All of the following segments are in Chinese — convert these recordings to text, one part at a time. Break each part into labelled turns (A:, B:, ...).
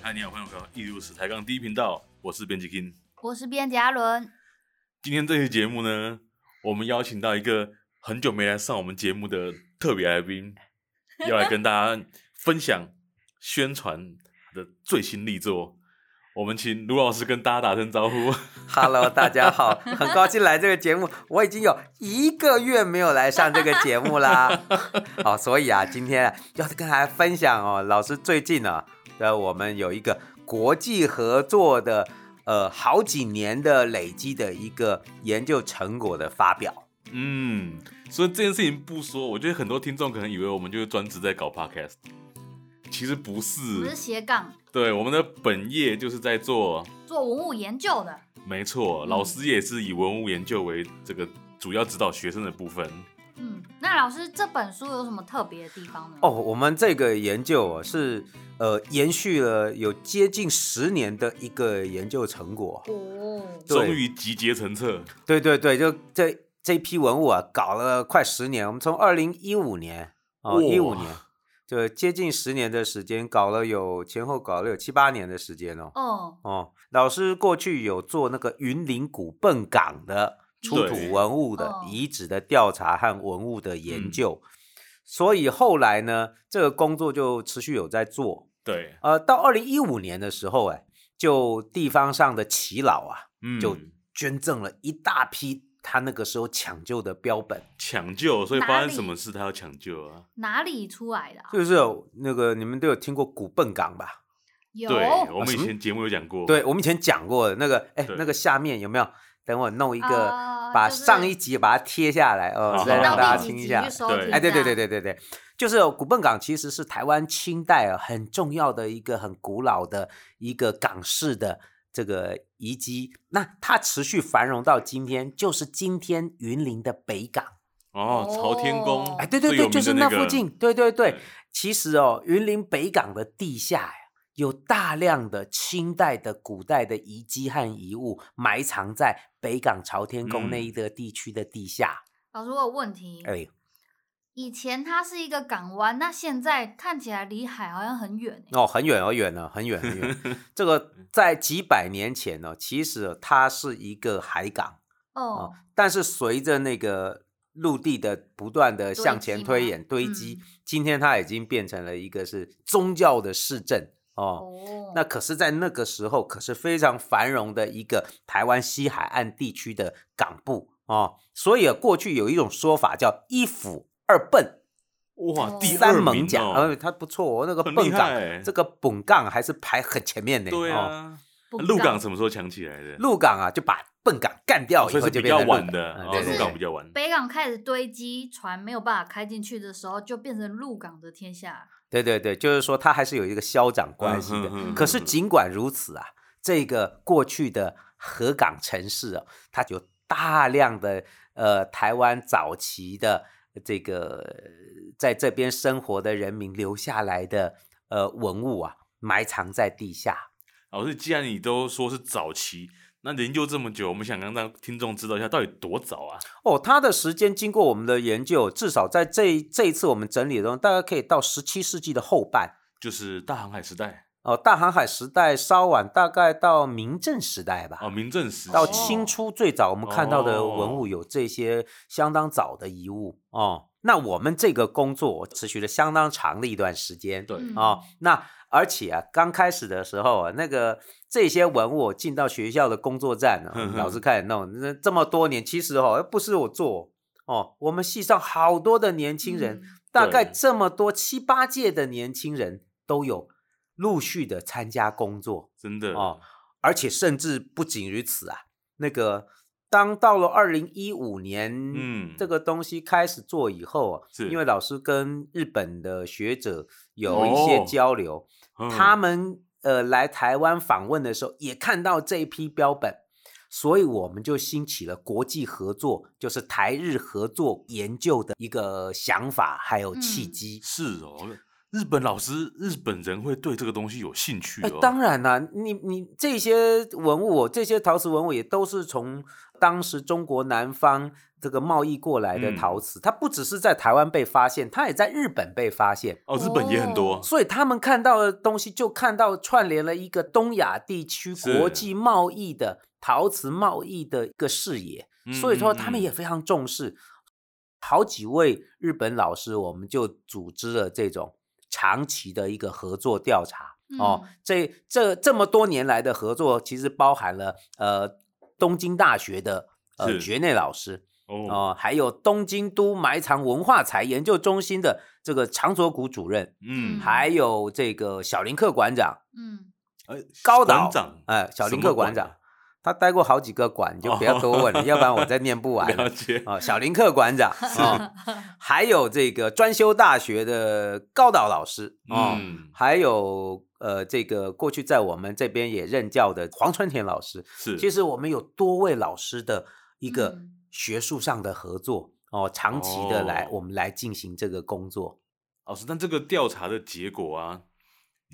A: 嗨，你好，欢迎回到《一如史抬杠》第一频道，我是编辑 King。
B: 我是编辑阿伦，
A: 今天这期节目呢，我们邀请到一个很久没来上我们节目的特别来宾，要来跟大家分享宣传的最新力作。我们请卢老师跟大家打声招呼。
C: Hello，大家好，很高兴来这个节目。我已经有一个月没有来上这个节目啦。好，所以啊，今天啊要跟大家分享哦，老师最近啊，呃，我们有一个国际合作的，呃，好几年的累积的一个研究成果的发表。
A: 嗯，所以这件事情不说，我觉得很多听众可能以为我们就是专职在搞 podcast，其实不
B: 我
A: 是
B: 们是。斜杠，
A: 对，我们的本业就是在做，
B: 做文物研究的。
A: 没
C: 嗯
A: 错，老师也是以文物研究为这个主要指导学生的部分。
B: 嗯，那老师这本书有什么特别的地方呢？
C: 哦，，我们这个研究啊是呃延续了有接近十年的一个研究成果。
B: 哦，
A: 终
C: 对
A: 于集结成册，
C: 对对对，就这这批文物啊，搞了快十年。我们从二零一五年哦，
A: 哇
C: 一五年，就接近十年的时间，搞了有前后搞了有七八年的时间哦。
B: 哦，
C: 哦，老师过去有做那个云林古笨港的出
A: 对
C: 土文物的
B: 哦
C: 遗址的调查和文物的研
A: 嗯
C: 究，所以后来呢，这个工作就持续有在做。
A: 对，
C: 呃，到二零一五年的时候，哎，就地方上的耆老啊，
A: 嗯，
C: 就捐赠了一大批他那个时候抢救的标本，
A: 抢救，所以
B: 哪
A: 发生
B: 里
A: 什么事他要抢救啊？
B: 哪里出来的啊、
C: 就是有那个你们都有听过古笨港吧？
B: 有
A: 对，我们以
C: 什么
A: 前节目有讲过，哦
C: 对，，我们以前讲过的那个，哎
A: 对，
C: 那个下面有没有？等我弄一个，
B: 啊
C: 把
B: 就是
C: 上一集把它贴下来，哦、
A: 好
C: 再
A: 好
C: 让
A: 好
C: 大
A: 好
C: 家
B: 到第
C: 听
B: 几
C: 一
B: 集
C: 下
B: 去。收听
C: 哎，对对
B: 这
C: 对
B: 样，
C: 对对对，就是古笨港其实是台湾清代啊很重要的一个很古老的一个港式的这个遗迹。那它持续繁荣到今天，就是今天云林的北港。
A: 哦，朝天宫，
B: 哦
C: 哎，对对
A: 最有
C: 对，
A: 名
C: 就
A: 的
C: 是
A: 那
C: 那附
A: 个
C: 近，，对对对
A: 对。
C: 其实哦，云林北港的地下呀，有大量的清代的、古代的遗迹和遗物埋藏在北港朝天宫那
A: 嗯
C: 一个地区的地下。
B: 老师，我有问题。
C: 哎，
B: 以前它是一个港湾，那现在看起来离海好像很远、欸、
C: 哦，很远好远呢，很远很 远。这个在几百年前呢、其实哦它是一个海港啊、
B: 哦，
C: 但是随着那个陆地的不断的向
B: 堆
C: 前
B: 积
C: 推
B: 吗
C: 演堆积，
B: 嗯
C: 今天它已经变成了一个是宗教的市镇哦
A: 嗯
B: 哦，
C: 那可是，在那个时候可是非常繁荣的一个台湾西海岸地区的港埠哦，所以啊，过去有一种说法叫一府二笨
A: 哇，
B: 哦
A: 第
C: 三
A: 二名
C: 猛甲，
A: 哦
C: 呃，，它不错哦，那个
A: 很
C: 笨
A: 厉
C: 港，
A: 害
C: 这个本港还是排很前面的
A: 对
C: 哦。
A: 啊，
B: 不
A: 鹿
B: 知道
A: 港什么时候抢起来的？
C: 鹿港啊，就把笨港干掉
A: 哦
C: 以
A: 所以
C: 后
A: 是
C: 就
A: 比
C: 变
A: 较
C: 成
A: 晚
C: 的
A: 的，，
C: 嗯
A: 哦
C: 对
A: 鹿
C: 对
A: 港
C: 对
A: 比较晚，
B: 北港开始堆积，船没有办法开进去的时候，就变成鹿港的天下。
C: 对对对，就是说它还是有一个消长关系的。
A: 嗯
C: 可是
A: 嗯嗯
C: 尽管如此啊，这个过去的河港城市啊，它有大量的呃台湾早期的这个呃在这边生活的人民留下来的呃文物啊，埋藏在地下。
A: 老师，既然你都说是早期，那研究这么久，我们想让让听众知道一下到底多早啊？
C: 哦，它的时间经过我们的研究，至少在这这一次我们整理的中，大概可以到十七世纪的后半
A: 就是大航海时代
C: 哦，大航海时代稍晚，大概到明郑时代吧。
A: 哦，明正时期
C: 到
B: 哦
C: 清初最早我们看到的文
A: 哦
C: 物有这些相当早的遗物哦。那我们这个工作持续了相当长的一段时间，
A: 对
B: 嗯
C: 哦，那而且啊，刚开始的时候啊，那个这些文物进到学校的工作站呢、啊
A: 哼哼
C: 老师开始弄，那这么多年，其实哦，不是我做哦，我们系上好多的年轻人，
B: 嗯
C: 大概
A: 对
C: 这么多七八届的年轻人都有陆续的参加工作，
A: 真的
C: 哦，而且甚至不仅于此啊，那个当到了二零一五年，
A: 嗯
C: 这个东西开始做以后啊，
A: 是
C: 因为老师跟日本的学者有一些
A: 哦
C: 交流，
A: 嗯
C: 他们呃来台湾访问的时候也看到这一批标本。所以我们就兴起了国际合作，就是台日合作研究的一个想法，还有契
B: 嗯
C: 机。
A: 是哦，日本老师、日本人会对这个东西有兴趣
C: 哎
A: 哦。
C: 当然啦、你你这些文物哦，这些陶瓷文物也都是从当时中国南方这个贸易过来的
A: 嗯
C: 陶瓷，它不只是在台湾被发现，它也在日本被发现。
A: 哦，日本也很多，
C: 所以他们看到的东西，就看到串联了一个东亚地区
A: 是
C: 国际贸易的陶瓷贸易的一个视野，
A: 嗯
C: 所以说他们
A: 嗯
C: 也非常重视。好几位日本老师，我们就组织了这种长期的一个合作调查。
B: 嗯
A: 嗯
C: 哦，这这这么多年来的合作，其实包含了呃东京大学的呃
A: 是
C: 学内老师
A: 嗯哦，
C: 哦、还有东京都埋藏文化财研究中心的这个长佐谷主任，
A: 嗯，
B: 还
C: 还有这个小林克馆长，
B: 嗯，
A: 哎
C: 高岛
A: 馆长
C: 哎，小林
A: 什么
C: 克馆
A: 馆啊哦
C: 长，他待过好几个馆，你就不要多 问了，要不然我再念不完
A: 了
C: 了。
A: 解，
C: 哦，小林克 馆长，哦，还有这个专修大学的高岛老师，哦，
A: 嗯，
C: 还有呃，这个过去在我们这边也任教的黄春田老师，
A: 是，
C: 其实我们有多位老师的一个
B: 嗯
C: 学术上的合作哦，长期的来、
A: 哦
C: 我们来进行这个工作。
A: 老师，但这个调查的结果啊，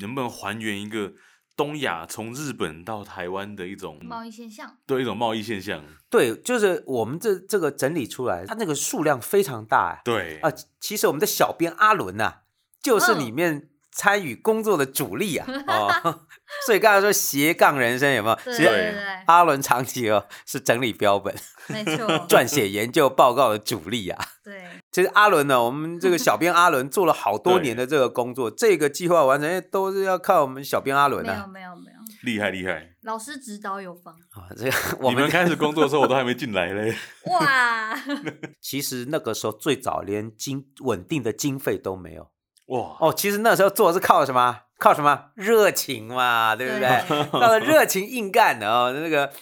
A: 能不能还原一个东亚从日本到台湾的一种
B: 嗯贸易现象，
A: 对一种贸易现象？
C: 对，就是我们这这个整理出来，它那个数量非常大
A: 对
C: 哎啊，其实我们的小编阿伦呐、就是
B: 嗯
C: 里面参与工作的主 力啊，哦，所以刚才说斜杠人生有没有？
B: 对
C: 其
B: 对
C: 实
B: 对对，
C: 阿伦长期哦是整理 标本、
B: 没 错，
C: 撰写研究报告的主力啊。
B: 对，
C: 其实阿伦呢，我们这个小编阿伦做了好多年的这个工作，这个计划完成哎都是要靠我们小编阿伦
B: 没有
C: 啊。
B: 没有没有，
A: 厉害厉害！
B: 老师指导有方，
C: 啊，这个我
A: 你
C: 们
A: 们开始工作的时候，我都还没进来 嘞。
B: 哇，
C: 其实那个时候最早连经稳定的经费都没有
A: 哇，
C: 哦。其实那时候做是靠什么？靠什么？热情嘛，对不对？
B: 对
C: 靠了热情硬干的哦，那个，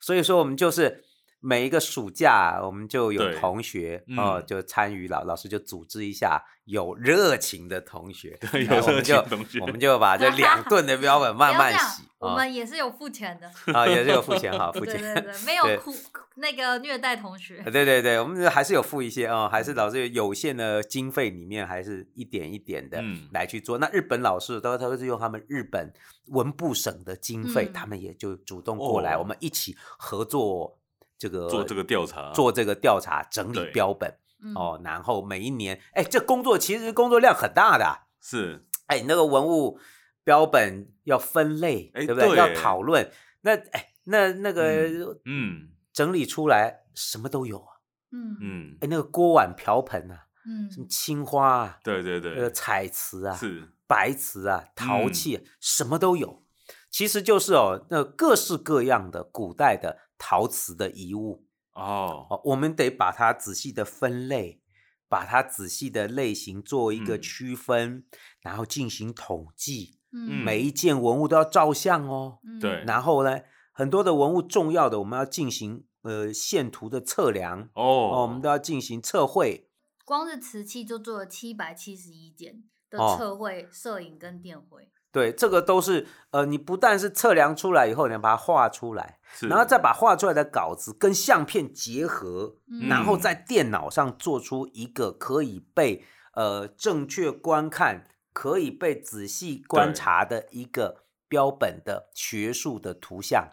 C: 所以说我们就是每一个暑假，我们就有
A: 对
C: 同学
A: 嗯
C: 哦，就参与老老师就组织一下有热情的同学，
A: 对
C: 哎
A: 有热情
C: 我们就
A: 同学
C: 我 们就把这两顿的标本慢慢
B: 不要这
C: 洗
B: 样我
C: 啊
B: 们也是有付钱的，
C: 啊，也是有付 钱哈，付
B: 对
C: 钱。
B: 对对，没
C: 对呃
B: 有哭那个虐待同学，
C: 对对对，我们还是有付一些哦，还是老师有限的经费里面，还是一点一点的
A: 嗯
C: 来去做。那日本老师都都是用他们日本文部省的经费，
B: 嗯
C: 他们也就主动过来，
A: 哦
C: 我们一起合作这个
A: 做这个调查，
C: 做这个调查，整理
A: 对
C: 标本
B: 嗯，
C: 哦，然后每一年，哎，这工作其实工作量很大的啊，
A: 是
C: 哎，你那个文物标本要分类，
A: 哎
C: 对不对？要
A: 对
C: 讨论，那哎，那那个
A: 嗯嗯
C: 整理出来什么都有啊。
B: 嗯嗯
A: 嗯
C: 哎，，那个锅碗瓢盆啊，
B: 嗯
C: 什么青花啊，
A: 对对
C: 那个
A: 对，
C: 彩瓷啊，
A: 是嗯
C: 白瓷啊，陶器、啊什么都有。其实就是哦，那各式各样的古代的陶瓷的遗物
A: 哦，
C: 哦，我们得把它仔细的分类，把它仔细的类型做一个
A: 嗯
C: 区分，然后进行统计，
B: 嗯
C: 每一件文物都要照相哦。
B: 嗯
A: 对
C: 然后呢，很多的文物重要的，我们要进行呃线图的测量
A: 哦，
C: 哦，我们都要进行测绘，
B: 光是瓷器就做了七百七十一件的
C: 哦
B: 测绘、摄影跟电绘，
C: 对，这个都是呃，你不但是测量出来以后，你要把它画出来，
A: 是
C: 然后再把画出来的稿子跟相片结合，
B: 嗯
C: 然后在电脑上做出一个可以被呃正确观看、可以被仔细观
A: 对
C: 察的一个标本的学术的图像。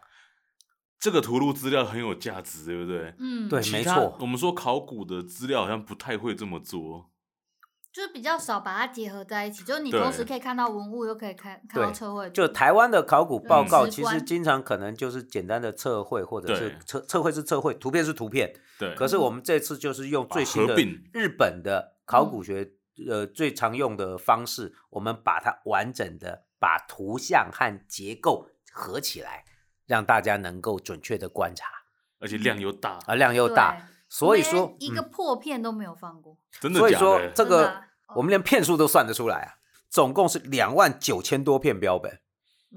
A: 这个图录资料很有价值，对不对？
B: 嗯，
C: 对
A: 其
C: 没
A: 他
C: 错
A: 我们说考古的资料好像不太会这么做，
B: 就是比较少把它结合在一起，就是你同时
A: 对
B: 可以看到文物，又可以看看
C: 对
B: 到测绘图，
C: 就台湾的考古报
A: 嗯
C: 告，
B: 直
C: 其实
B: 观
C: 经常可能就是简单的测绘，或者是
A: 对
C: 测测绘是测绘，图片是图片，
A: 对，
C: 可是我们这次就是用最新
A: 把
C: 的
A: 合并
C: 日本的考
B: 嗯
C: 古学，呃，最常用的方式，我们把它完整的把图像和结构合起来，让大家能够准确的观察，
A: 而且量又大，
C: 啊，量又大，
B: 对，
C: 所以
B: 连
C: 说
B: 一个
C: 嗯
B: 破片都没有放过，
A: 真的
C: 所以
A: 假
C: 说
A: 的？
C: 这
B: 真的
C: 个
B: 啊
C: 我们连片数都算得出来啊，总共是两万九千多片标本。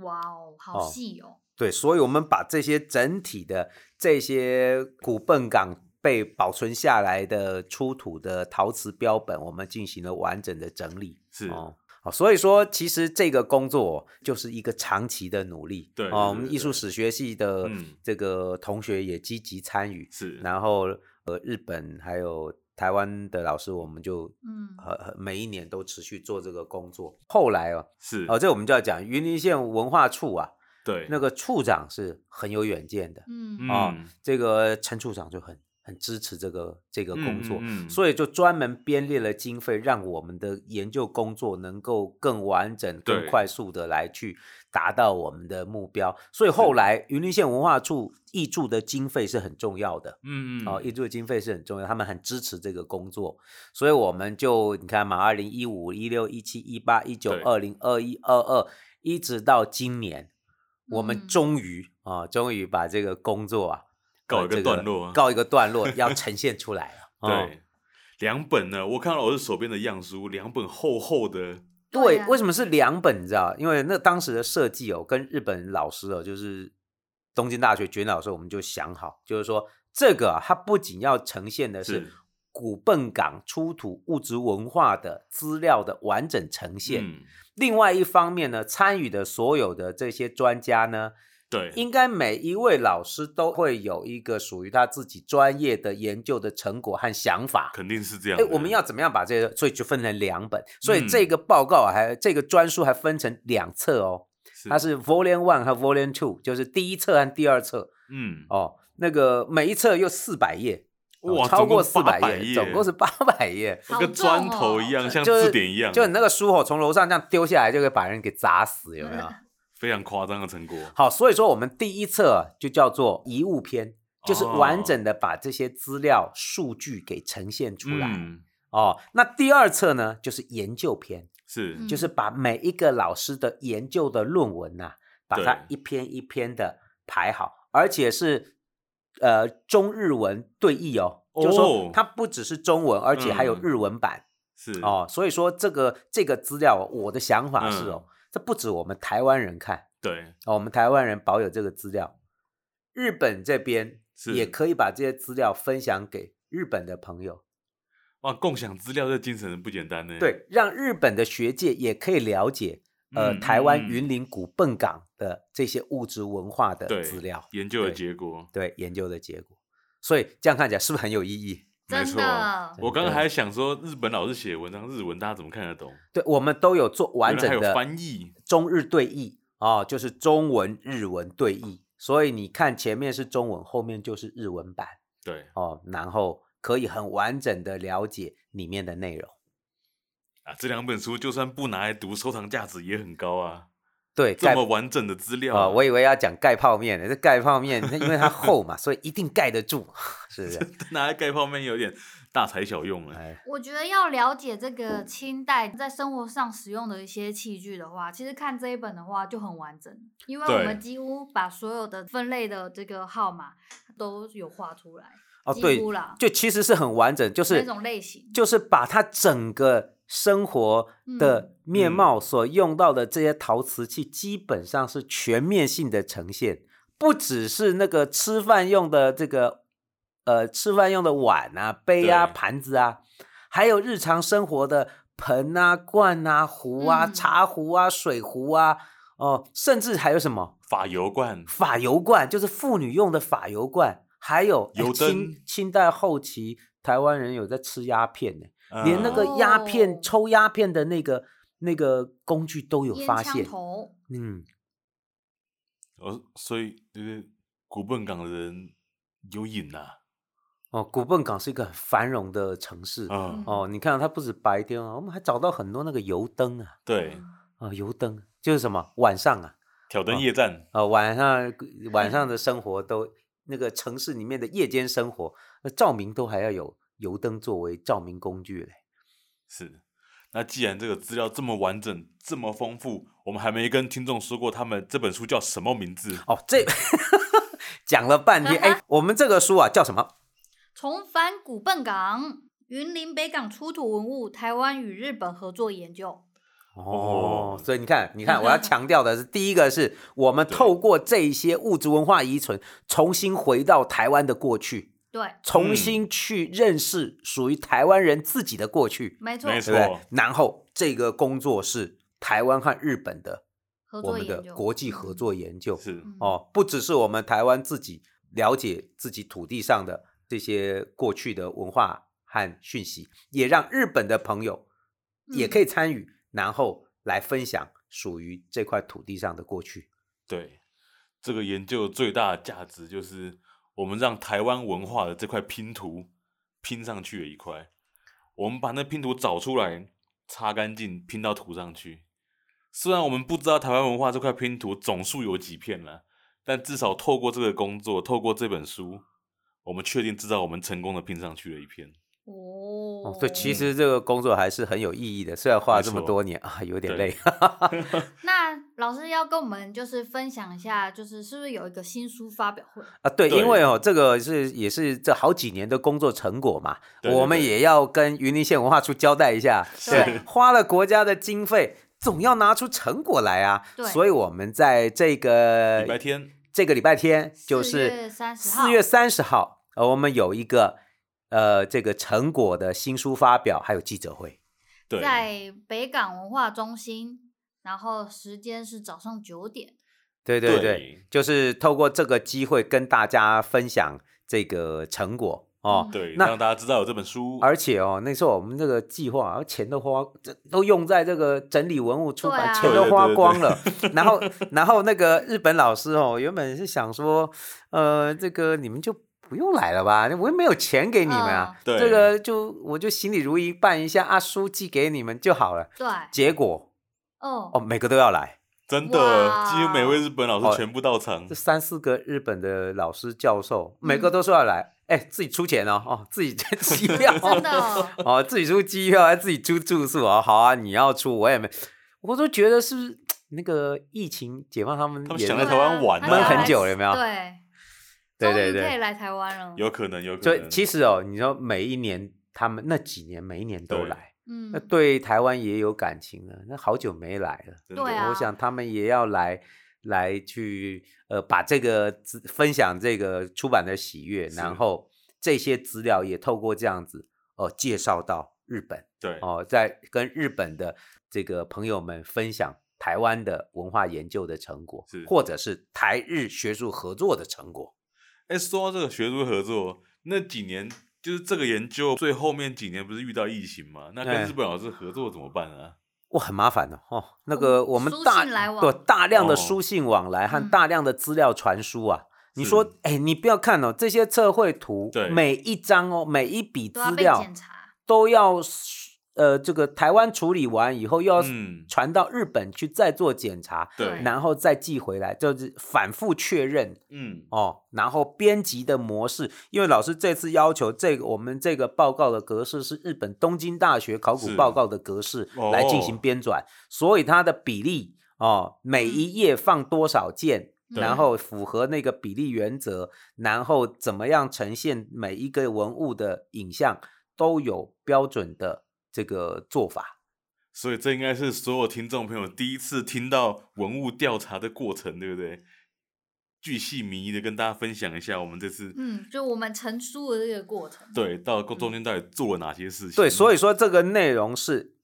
B: 哇哦，好
C: 哦
B: 细哦，
C: 对，所以我们把这些整体的这些古笨港被保存下来的出土的陶瓷标本，我们进行了完整的整理。
A: 是
C: 哦，好，所以说其实这个工作就是一个长期的努力。
A: 对
C: 哦，
A: 对
C: 我们
A: 对
C: 艺术
A: 对
C: 史学系的
A: 嗯
C: 这个同学也积极参与，
A: 是
C: 然后呃，日本还有台湾的老师，我们就
B: 嗯，
C: 呃呃每一年都持续做这个工作。后来哦，
A: 是
C: 哦，这我们就要讲云林县文化处啊，
A: 对，
C: 那个处长是很有远见的，
B: 嗯
A: 嗯
C: 哦这个陈处长就很很支持这个这个工作，
A: 嗯嗯嗯
C: 所以就专门编列了经费，让我们的研究工作能够更完整、更
A: 对
C: 快速的来去达到我们的目标。所以后来云林县文化处挹注的经费是很重要的。
A: 嗯嗯
C: 哦，挹注的经费是很重要，他们很支持这个工作，所以我们就你看嘛，二零一五、一六、一七、一八、一九、
A: 对
C: 二零、二一、二二，一直到今年，我们
B: 嗯
C: 终于啊、终于把这个工作啊
A: 告
C: 呃
A: 一个
C: 这
A: 段落啊
C: 告一个 段落，要呈现出来了。哦
A: 对，两本呢，我看到我是手边的样书，两本厚厚的，嗯
B: 对
C: 对
B: 啊，
C: 为什么是两本？你知道？因为那当时的设计哦，跟日本老师哦，就是东京大学卷老师，我们就想好，就是说这个、啊、它不仅要呈现的是
A: 是
C: 古笨港出土物质文化的资料的完整呈现，
A: 嗯，
C: 另外一方面呢，参与的所有的这些专家呢，
A: 对，
C: 应该每一位老师都会有一个属于他自己专业的研究的成果和想法。
A: 肯定是这样
C: 哎，
A: 的。
C: 我们要怎么样把这个？所以就分成两本，所以
A: 嗯
C: 这个报告啊还、这个专书还分成两册哦，它是 Volume One 和 Volume Two，就是第一册和第二册
A: 嗯，
C: 哦。那个每一册又四百页，哦
A: 哇
C: 超
A: 总
C: 过
A: 共
C: 四百
A: 800
C: 页，
A: 页
C: 总共是八百页。
A: 跟个砖
B: 哦
A: 头一样，像
C: 哦就是
A: 字典一样，
C: 就你那个书哦，从楼上这样丢下来，就会把人给砸死，有 没有？
A: 非常夸张的成果。
C: 好，所以说我们第一册啊就叫做遗物篇，就是完
A: 哦
C: 整的把这些资料、数据给呈现出来。
A: 嗯，
C: 哦，那第二册呢，就是研究篇，
A: 是
B: 嗯
C: 就是把每一个老师的研究的论文呐、把它
A: 对
C: 一篇一篇的排好，而且是呃中日文对译哦，就是说
A: 哦
C: 它不只是中文，而且还有
A: 嗯
C: 日文版、
A: 是，
C: 哦。所以说这个这个资料哦，我的想法是
A: 嗯
C: 哦，这不止我们台湾人看
A: 对，
C: 哦，我们台湾人保有这个资料，日本这边
A: 是
C: 也可以把这些资料分享给日本的朋友。
A: 哇，共享资料这精神不简单呢。，
C: 对，让日本的学界也可以了解，呃，
A: 嗯
C: 台湾
A: 嗯
C: 云林古笨港的这些物质文化的
A: 对
C: 资料，
A: 研究的
C: 对
A: 结果，
C: 对研究的结果。所以这样看起来是不是很有意义？
A: 没
B: 真
A: 错。
B: 的，
A: 我刚
C: 真的
A: 刚还想说，日本老师写文章，日文大家怎么看得懂？
C: 对，我们都有做完
A: 原来还
C: 整
A: 有
C: 的
A: 翻译，
C: 中日对译哦，就是中文日文对译。所以你看前面是中文，后面就是日文版
A: 对，
C: 哦，然后可以很完整的了解里面的内容。
A: 啊，这两本书就算不拿来读，收藏价值也很高啊！
C: 对，
A: 这
C: 盖
A: 么完整的资料啊、
C: 哦，我以为要讲盖泡面呢，这盖泡面，因为它厚嘛，所以一定盖得住， 是不是？
A: 拿来盖泡面有点大材小用了。
C: 哎，
B: 我觉得要了解这个清代在生活上使用的一些器具的话，其实看这一本的话就很完整，因为我
A: 对
B: 们几乎把所有的分类的这个号码都有画出来，
C: 哦，
B: 几
C: 对
B: 乎啦，
C: 就其实是很完整，就
B: 每
C: 是
B: 种类型。
C: 就是把它整个生活
B: 嗯
C: 的面貌所用到的这些陶瓷器，基本上是全面性的呈现，不只是那个吃饭用的这个呃吃饭用的碗啊、杯啊、
A: 对
C: 盘子啊，还有日常生活的盆啊、罐啊、壶啊、
B: 嗯
C: 茶壶啊、水壶啊，哦、甚至还有什么
A: 法油罐，
C: 法油罐，就是妇女用的法油罐，还有哎
A: 油
C: 清
A: 灯
C: 清代后期台湾人有在吃鸦片呢、
A: 呃
C: 连那个鸦片、
B: 哦
C: 抽鸦片的那个那个工具都有
B: 烟
C: 发
B: 枪
C: 现。
B: 头，
C: 嗯，
A: 哦，所以就是古笨港的人有瘾呐、
C: 哦，古笨港是一个很繁荣的城市。
A: 啊，
B: 嗯
C: 哦，你看它不止白天啊，我们还找到很多那个油灯啊，
A: 对，
C: 啊、油灯就是什么晚上啊，
A: 挑灯夜战，
C: 啊、晚上晚上的生活都那个城市里面的夜间生活，那照明都还要有油灯作为照明工具嘞。
A: 是。那既然这个资料这么完整、这么丰富，我们还没跟听众说过他们这本书叫什么名字？
C: 哦，这 讲了半
B: 嗯
C: 天，哎，我们这个书啊叫什么？
B: 重返古笨港，云林北港出土文物，台湾与日本合作研究。
C: 哦
A: 哦，
C: 所以你看，你看，我要强调的是，第一个是我们
A: 对
C: 透过这一些物质文化遗存，重新回到台湾的过去，
B: 对，
C: 重新去认识属于台湾人自己的过去，
B: 没错，
A: 没错
C: 对不对？然后这个工作是台湾和日本的
B: 合
C: 我
B: 作
C: 们
B: 研
C: 的
B: 究，
C: 国际合作研究，
A: 是
B: 嗯，
C: 哦，不只是我们台湾自己了解自己土地上的这些过去的文化和讯息，也让日本的朋友也
A: 嗯
C: 可以参与，然后来分享属于这块土地上的过去。
A: 对，这个研究最大的价值就是我们让台湾文化的这块拼图拼上去的一块，我们把那拼图找出来，擦干净，拼到图上去。虽然我们不知道台湾文化这块拼图总数有几片了，但至少透过这个工作，透过这本书，我们确定知道我们成功的拼上去了一片。
B: 哦
C: 哦，对，其实这个工作还是很有意义的，虽然花了这么
A: 没错
C: 多年啊，有点
A: 对
C: 累。
B: 那老师要跟我们就是分享一下，就是是不是有一个新书发表会？
C: 啊，对，因
A: 对
C: 为哦，这个是也是这好几年的工作成果嘛，
A: 对对
C: 我们
A: 对
C: 也要跟云林县文化处交代一下，
B: 对
C: 花了国家的经费，总要拿出成果来啊，
B: 对
C: 所以我们在这个
A: 礼拜天，
C: 这个礼拜天就
B: 4月
C: 是
B: 30号
C: 四月三十号，呃，我们有一个呃这个成果的新书发表，还有记者会，
A: 对，
B: 在北港文化中心，然后时间是早上九点。
C: 对对对，
A: 对
C: 就是透过这个机会跟大家分享这个成果哦。
B: 嗯
A: 对，
C: 那
A: 让大家知道有这本书，
C: 而且哦，那时候我们这个计划啊，钱都花，这都用在这个整理文物出版，
B: 对啊
C: 钱都花光 了。然后，然后那个日本老师哦，原本是想说，呃，这个你们就不用来了吧，我又没有钱给你们啊，
A: 嗯对
C: 这个就我就心里如意办一下啊，书寄给你们就好了。
B: 对，
C: 结果
B: 哦，
C: 哦，每个都要来，
A: 真的
B: 哇
A: 几乎每位日本老
C: 哦
A: 师全部到场
C: 这，三四个日本的老师教授，每
B: 嗯
C: 个都说要来，哎、自己出钱哦，哦，自己 机票、哦，
B: 真的 哦，
C: 哦，自己出机票，还自己出住宿啊、好啊，你要出，我也没，我都觉得是不是那个疫情解放他们
A: 他们
C: 也
A: 想
B: 对
A: 在
B: 啊
A: 台湾玩
B: 他
A: 啊
B: 想
C: 闷
B: 来
C: 很久了有没有
B: 对，终
C: 对
B: 于
C: 对对
B: 可以来台湾了。
A: 有可能，有可
C: 所以
A: 能。
C: 其实哦，你说每一年他们那几年每一年都
A: 对
C: 来，
B: 嗯
C: 那，对台湾也有感情了，那好久没来了，
A: 真的
B: 对啊
C: 我想他们也要来。来去呃，把这个资分享这个出版的喜悦，然
A: 是
C: 后这些资料也透过这样子哦、呃介绍到日本，
A: 对，
C: 哦，在跟日本的这个朋友们分享台湾的文化研究的成果
A: 是，
C: 或者是台日学术合作的成果。
A: 哎、说到这个学术合作，那几年就是这个研究最后面几年不是遇到疫情嘛？那
C: 哎
A: 跟日本老师合作怎么办啊？
C: 哇，很麻烦的哦。那
B: 嗯
C: 个我们
B: 书
C: 大
B: 信来往
C: 对大量的
A: 哦
C: 书信往来和
B: 嗯
C: 大量的资料传输啊。你
A: 是
C: 说，哎，你不要看哦，这些测绘图
A: 对，
C: 每一张哦，每一笔
B: 都要
C: 资
B: 被
C: 料
B: 检查。
C: 都要呃，这个台湾处理完以后，又要
A: 嗯
C: 传到日本去再做检查，
A: 对，
C: 然后再寄回来，就是反复确认
A: 嗯，
C: 哦，然后编辑的模式，因为老师这次要求这个我们这个报告的格式是日本东京大学考古
A: 是
C: 报告的格式
A: 哦
C: 来进行编纂，所以它的比例哦，每一页放多少件，
A: 对
C: 然后符合那个比例原则，然后怎么样呈现每一个文物的影像，都有标准的这个做法。
A: 所以这应该是所有听众朋友第一次听到文物调查的过程，对不对？巨细靡遗的跟大家分享一下，我们这次、
B: 嗯，就我们成书的这个过程。
A: 对到中间到底做了哪些事情？
C: 对，所
A: 以
C: 以说这个内容是，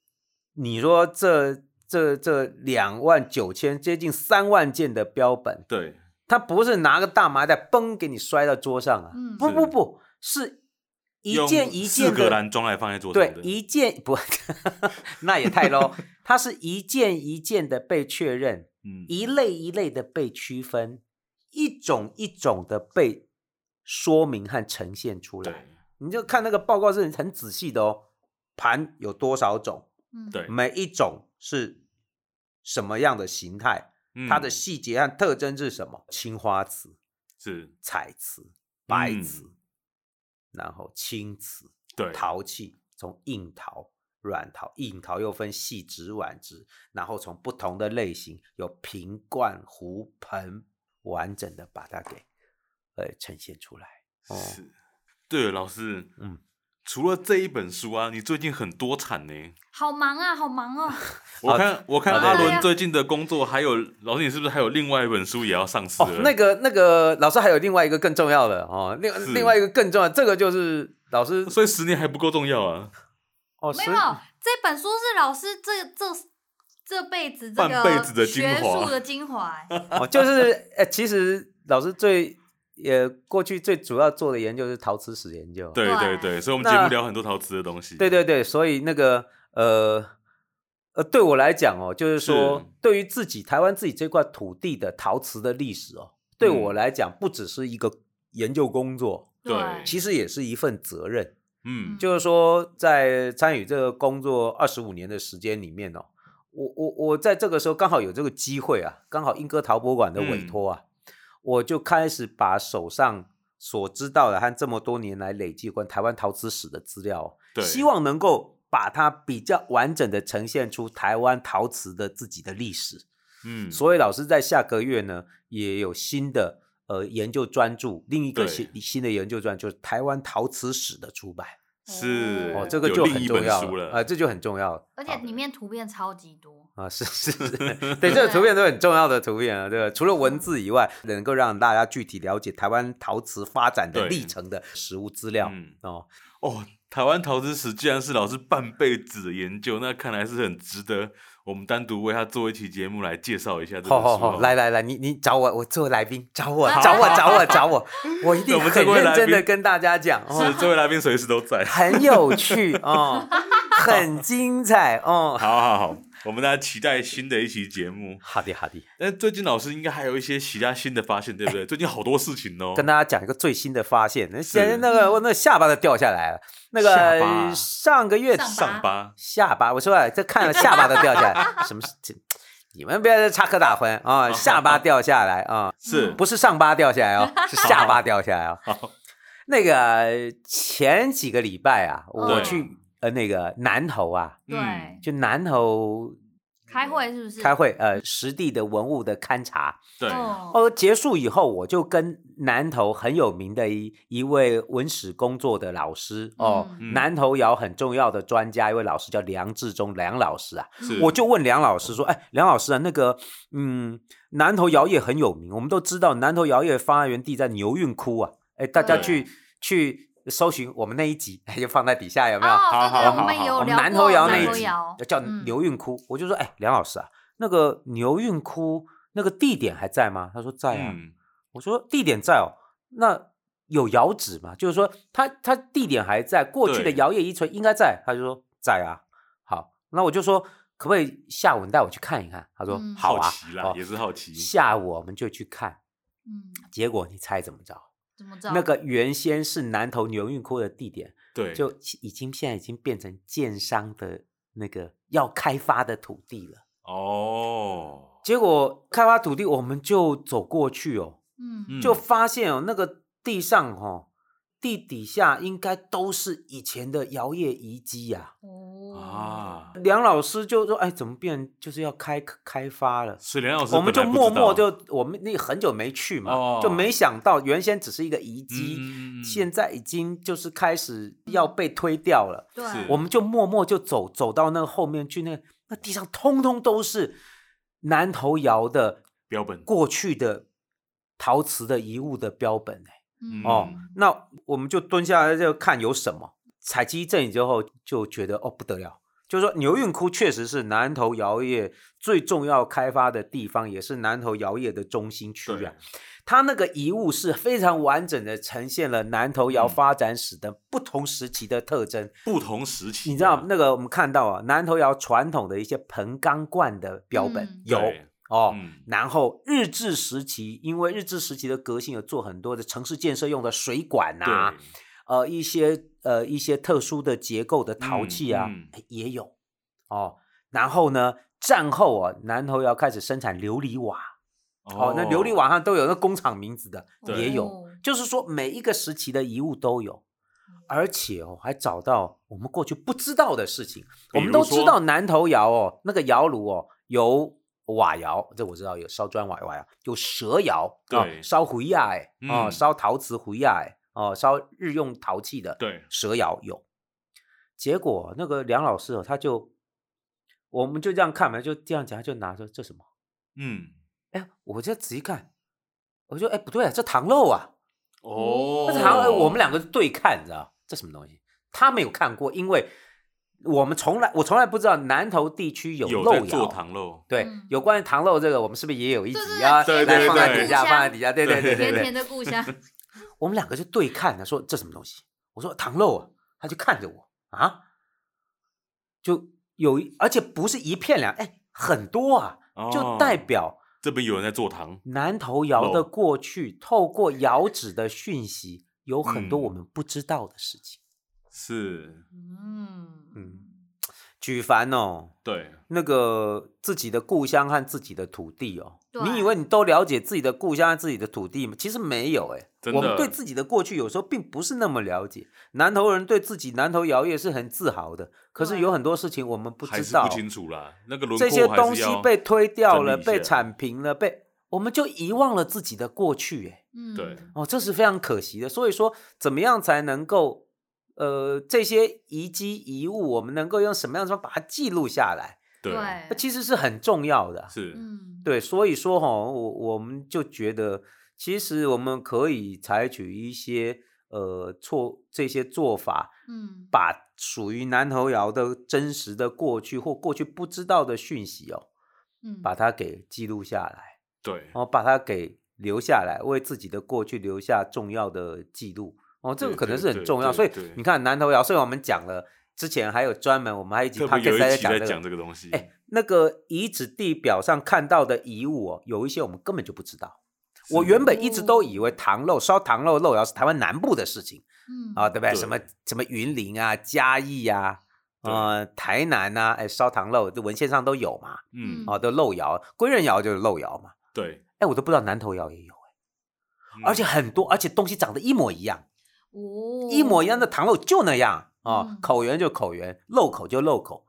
C: 你说这这这两万九千接近三万件的标本，
A: 对
C: 它不是拿个大麻袋嘣给你摔到桌上啊，
B: 嗯
C: 不
A: 是
C: 不不是一
A: 用
C: 件一件
A: 四格
C: 的，
A: 栏装来放在桌上
C: 对
A: 的，，
C: 一件不， 那也太 low，它 是一件一件的被确认，
A: 嗯
C: 一类一类的被区分，一种一种的被说明和呈现出
A: 对
C: 来。你就看那个报告是很仔细的哦，盘有多少种，
B: 嗯，
A: 对，
C: 每一种是什么样的形态，它的
A: 嗯
C: 细节和特征是什么？青花瓷、
A: 是
C: 彩瓷、白
A: 嗯
C: 瓷，然后青瓷、
A: 对
C: 陶器，从硬陶、软陶，硬陶又分细质、软质，然后从不同的类型，有瓶罐、壶盆，完整的把它给呃呈现出来。哦，
A: 是，对了，老师，
C: 嗯
A: 嗯，除了这一本书啊，你最近很多产呢、
B: 好忙啊，好忙哦。
A: 我
C: 啊
A: 看，我看
C: 啊对
A: 阿
B: 对
A: 伦
B: 对
A: 最近的工作，还有老师，你是不是还有另外一本书也要上市
C: 哦
A: 了？，
C: 那个那个老师还有另外一个更重要的哦，另
A: 是
C: 另外一个更重要，这个就是老师
A: 所以十年还不够重要啊，
C: 哦，
B: 没
C: 所
B: 有，
C: 以
B: 这本书是老师这这这辈子这
A: 半辈子
B: 个
A: 的精
B: 学
A: 华
B: 术的精华欸。
C: 哦，就是呃，其实老师最也过去最主要做的研究是陶瓷史研究。
A: 对对
B: 对
A: 对，所以我们节目
C: 哦那
A: 聊很多陶瓷的东西。
C: 对对对，所以那个呃呃，对我来讲哦，就是说
A: 是
C: 对于自己台湾自己这块土地的陶瓷的历史哦，对
A: 嗯
C: 我来讲不只是一个研究工作，
A: 对
C: 其实也是一份责任。
A: 嗯，
C: 就是说，在参与这个工作二十五年的时间里面哦，我我我在这个时候刚好有这个机会啊，刚好英歌陶博馆的委
A: 嗯
C: 托啊，我就开始把手上所知道的和这么多年来累积有关台湾陶瓷史的资料、哦，
A: 对
C: 希望能够把它比较完整的呈现出台湾陶瓷的自己的历史。
A: 嗯，
C: 所以老师在下个月呢也有新的呃研究专著，另一个
A: 对
C: 新新的研究专著就是台湾陶瓷史的出版。
A: 是
C: 哦，
A: 对
C: 这个
A: 有
C: 就
A: 另
C: 很
A: 一
C: 重
A: 本
C: 要
A: 书
C: 了，
A: 了
C: 呃，这就很重要了
B: 而且里面图片超级多，
C: 啊，是 是是，对，这个图片都很重要的图片啊，对吧？除了文字以外，能够让大家具体了解台湾陶瓷发展的
A: 对
C: 历程的实物资料
A: 嗯
C: 哦，
A: 哦，台湾陶瓷史既然是老师半辈子的研究，那看来是很值得我们单独为他做一期节目来介绍一下这本书
C: 好
A: 哦。
C: 好好，来来来，你你找我，我做来宾，找我
B: 好
C: 找我找 我找我，我一定
A: 我们这
C: 很
A: 位
C: 认
A: 来
C: 真的
A: 宾
C: 跟大家讲，哦，
A: 是这位来宾随时都在。
C: 很有趣 哦，很精彩哦，
A: 好好好，我们大家期待新的一期节目。
C: 好的好的，
A: 但最近老师应该还有一些其他新的发现， 对不对？最近好多事情哦。
C: 跟大家讲一个最新的发现，那现在
A: 是
C: 那个我那下巴都掉下来了，那
A: 下巴
C: 个上个月
B: 上
A: 上巴，
C: 下巴，我说啊这看了下巴都掉下来，什么事情？你们不要再插科打诨啊！下巴掉下来啊，
A: 是
C: 不是上巴掉下来哦，是下巴掉下来哦。
A: 好
C: 那个前几个礼拜啊，我
B: 对
C: 去呃那个南投啊，
A: 嗯
B: 对，
C: 就南投
B: 开会是不嗯是？
C: 开会呃实地的文物的勘察。
A: 对，
B: 哦，
C: 哦，结束以后，我就跟南投很有名的一一位文史工作的老师哦，
A: 嗯
C: 南投窑很重要的专家，一位老师叫梁志忠梁老师啊，
A: 是
C: 我就问梁老师说：“哎，梁老师啊，那个，嗯，南投窑业很有名，我们都知道南投窑业发源地在牛运窟啊。哎，大家
A: 嗯对
C: 去去搜寻我们那一集， 哎，就放在底下有没有？
B: 哦
A: 好
B: 对
A: 好
B: 对，我们
A: 好
B: 有
A: 好
C: 我们
B: 聊过
C: 南投窑那
B: 南
C: 一
B: 投
C: 集
B: 窑
C: 叫
B: 嗯
C: 牛运窟，我就说：哎，梁老师啊，那个牛运窟那个地点还在吗？他说在啊。
A: 嗯，
C: 我说地点在哦，那有窑址吗？就是说他他地点还在，过去的
A: 对
C: 窑业遗存应该在。他就说在啊。好，那我就说可不可以下午你带我去看一看？他说、
B: 嗯
C: 好啊
A: 好奇。啦
C: 哦，
A: 也是好奇。
C: 下午我们就去看，
B: 嗯，
C: 结果你猜怎么着？
B: 怎么着？
C: 那个原先是南投牛运窟的地点，
A: 对，
C: 就已经现在已经变成建商的那个要开发的土地了。
A: 哦，
C: 结果开发土地，我们就走过去哦，
B: 嗯，
C: 就
A: 嗯
C: 发现哦，那个地上哦，地底下应该都是以前的摇曳遗迹呀、
B: 哦，
A: 啊，
C: 梁老师就说：“哎，怎么变就是要开开发了
A: 所以梁老？”师
C: 我们
A: 本来
C: 就
A: 不
C: 默
A: 知道
C: 默就我们那很久没去嘛，
A: 哦
C: 就没想到原先只是一个遗迹，
A: 嗯
C: 现在已经就是开始要被推掉了。
B: 对，
A: 是
C: 我们就默默就走走到那个后面去，那那地上通通都是南头窑的
A: 标本
C: 过去的陶瓷的遗物的标本、哎。
B: 嗯
C: 哦，那我们就蹲下来就看有什么。采集一阵以之后，就觉得哦不得了，就是说牛运窟确实是南投窑业最重要开发的地方，也是南投窑业的中心区
A: 对
C: 啊。它那个遗物是非常完整的呈现了南投窑
A: 嗯
C: 发展史的不同时期的特征。
A: 不同时期啊，
C: 你知道那个我们看到啊，南投窑传统的一些盆缸罐的标本、
B: 嗯
C: 有
A: 对
C: 哦，
A: 嗯
C: 然后日治时期，因为日治时期的革新有做很多的城市建设用的水管啊，
A: 对
C: 呃一些呃一些特殊的结构的陶
A: 嗯
C: 器啊、
A: 嗯
C: 哎也有哦。然后呢，战后啊，南投窑开始生产琉璃瓦哦那琉璃瓦上都有那工厂名字的
A: 对
C: 也有，
B: 哦
C: 就是说每一个时期的遗物都有。
A: 嗯
C: 而且哦，还找到我们过去不知道的事情。我们
A: 比如
C: 都
A: 说
C: 知道南头窑哦，那个窑炉哦有瓦窑，这我知道有烧砖瓦瓦窑，有蛇窑，啊
A: 对
C: 烧回亚哎，哦，
A: 嗯
C: 烧陶瓷回亚哎，哦，烧日用陶器的，
A: 对
C: 蛇窑有。结果那个梁老师哦，他就我们就这样看嘛，就这样讲，他就拿着这什么？
A: 嗯
C: 哎，我就仔细看，我就哎不对啊，这糖肉啊，
A: 哦，
C: 哎那糖肉我们两个对看，你知道这什么东西？他没有看过，因为我们从来我从来不知道南投地区有
A: 有
C: 漏
A: 在做
C: 窑。
A: 糖肉，
C: 对
B: 嗯，
C: 有关于糖肉这个，我们是不是也有一
B: 对对
C: 集
B: 对
C: 啊？
A: 对
C: 来
A: 对
C: 放在
A: 对
C: 底下，
B: 故
C: 放在底下。对对对对
B: 甜
C: 对
B: 甜，的 故乡，
C: 我们两个就对看，他说这什么东西？我说糖肉啊，他就看着我啊，就有一，而且不是一片两，哎，很多啊，
A: 哦
C: 就代表
A: 这边有人在做糖，
C: 南头窑的
A: 肉
C: 过去，透过窑址的讯息，有很多
A: 嗯
C: 我们不知道的事情。
A: 是
B: 嗯
C: 嗯举凡哦，
A: 对，
C: 那个自己的故乡和自己的土地哦，你
B: 对
C: 以为你都了解自己的故乡和自己的土地吗？其实没有哎、
A: 真的
C: 我们对自己的过去有时候并不是那么了解。南投人对自己南投窑业是很自豪的，可是
B: 对
C: 有很多事情我们不
A: 还
C: 知
A: 是不
C: 道，
A: 清楚啦。那个轮廓
C: 这些
A: 还是
C: 东西
A: 要
C: 被推掉了，
A: 整理一下
C: 被铲平了，被我们就遗忘了自己的过去哎、
B: 嗯，
A: 对
C: 哦，这是非常可惜的。所以说，怎么样才能够，呃，这些遗迹遗物，我们能够用什么样的方法把它记录下来，
A: 对
C: 那其实是很重要的。啊
A: 是
B: 嗯，
C: 对，所以说哈，我我们就觉得，其实我们可以采取一些呃措这些做法，
B: 嗯，
C: 把属于南头窑的真实的过去或过去不知道的讯息哦，
B: 嗯
C: 把它给记录下来。
A: 对
C: 哦，把它给留下来，为自己的过去留下重要的记录。哦，这个
A: 对
C: 可能
A: 对
C: 是很
A: 对
C: 重要。
A: 对
C: 所以
A: 对
C: 你看南头窑，虽然我们讲了，之前还有专门我们还有一集
A: 特
C: p o
A: 别
C: d
A: 有
C: c a
A: 一
C: 在
A: 期在
C: 讲
A: 讲
C: 这
A: 这
C: 个。
A: 个东西，
C: 哎，那个遗址地表上看到的遗物哦，有一些我们根本就不知道。我
A: 是
C: 原本一直
B: 哦
C: 都以为糖肉烧糖肉肉窑是台湾南部的事情
B: 嗯
C: 啊，对不对？
A: 对
C: 什么什么云林啊、嘉义啊、
A: 对
C: 呃台南呐、啊，哎烧糖肉，这文献上都有嘛，
A: 嗯
B: 嗯
C: 啊，都漏窑，归仁窑就是漏窑嘛，
A: 对，
C: 哎，我都不知道南头窑也有。
A: 嗯
C: 而且很多，而且东西长得一模一样，
B: 哦，
C: 一模一样的糖肉就那样啊、
B: 嗯
C: 口圆就口圆，漏口就漏口。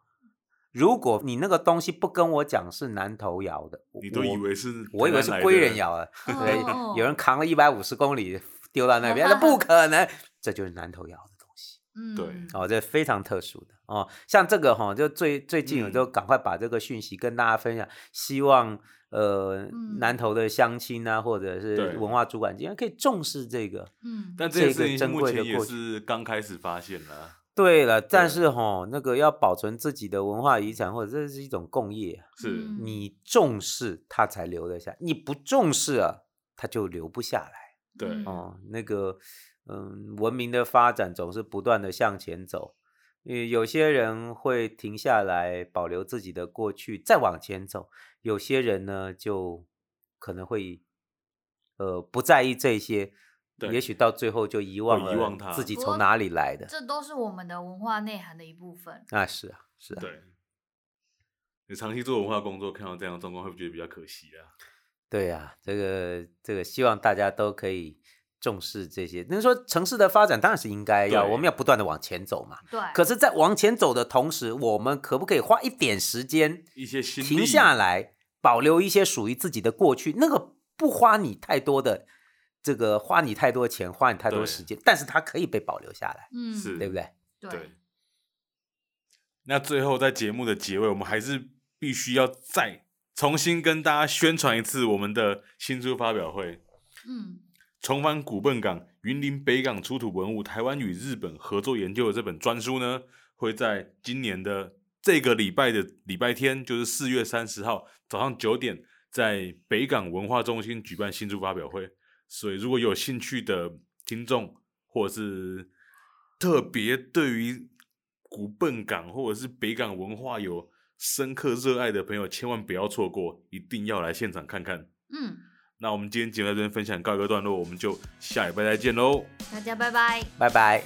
C: 如果你那个东西不跟我讲是南头窑的，
A: 你都
C: 我
A: 以为是
C: 我以为是
A: 台南来的
C: 归人，窑啊，
B: 哦，
C: 对
B: 哦，
C: 有人扛了一百五十公里丢到那边，那不可能，这就是南头窑的东西
B: 嗯
A: 对
C: 哦，这非常特殊的哦。像这个哈、就最最近我
A: 嗯
C: 就赶快把这个讯息跟大家分享，希望呃
B: 嗯
C: 南头的乡亲啊，或者是
A: 对
C: 文化主管机关可以重视这个。
B: 嗯，
A: 但这件
C: 这个
A: 事情
C: 珍
A: 目
C: 贵
A: 前
C: 的
A: 也
C: 过去
A: 是刚开始发现啦，
C: 对了，但
A: 对
C: 是吼，那个要保存自己的文化遗产，或者这是一种共业啊，
A: 是
B: 嗯
C: 你重视它才留得下，你不重视啊，它就留不下来
A: 对
B: 嗯
C: 哦。那个，嗯，文明的发展总是不断的向前走，呃，有些人会停下来保留自己的过去，再往前走；有些人呢，就可能会，呃，不在意这些，
A: 对
C: 也许到最后就遗忘
A: 会遗
C: 了
A: 忘它
C: 自己
B: 不
C: 从
B: 过
C: 哪里来的。
B: 这都是我们的文化内涵的一部分。
C: 啊，是啊，是啊，
A: 对。你长期做文化工作，看到这样的状况，会不会觉得比较可惜啊？
C: 对呀、这个这个，希望大家都可以重视这些。那说城市的发展当然是应该要，
A: 对
C: 我们要不断的往前走嘛。
B: 对，
C: 可是，在往前走的同时，我们可不可以花一点时间
A: 一些心力
C: 停下来，保留一些属于自己的过去？那个不花你太多的这个，花你太多钱，花你太多
A: 对
C: 时间，但是它可以被保留下来，
B: 嗯，
A: 是
C: 对不对？
A: 对
B: 对，。
A: 那最后在节目的结尾，我们还是必须要再重新跟大家宣传一次我们的新书发表会，
B: 嗯
A: 重返古笨港，云林北港出土文物台湾与日本合作研究的这本专书呢，会在今年的这个礼拜的礼拜天，就是四月三十号早上九点，在北港文化中心举办新书发表会。所以，如果有兴趣的听众，或者是特别对于古笨港或者是北港文化有深刻热爱的朋友，千万不要错过，一定要来现场看看。
B: 嗯，
A: 那我们今天节目在这边分享告一个段落，我们就下礼拜再见喽。
B: 大家拜拜。
C: 拜拜。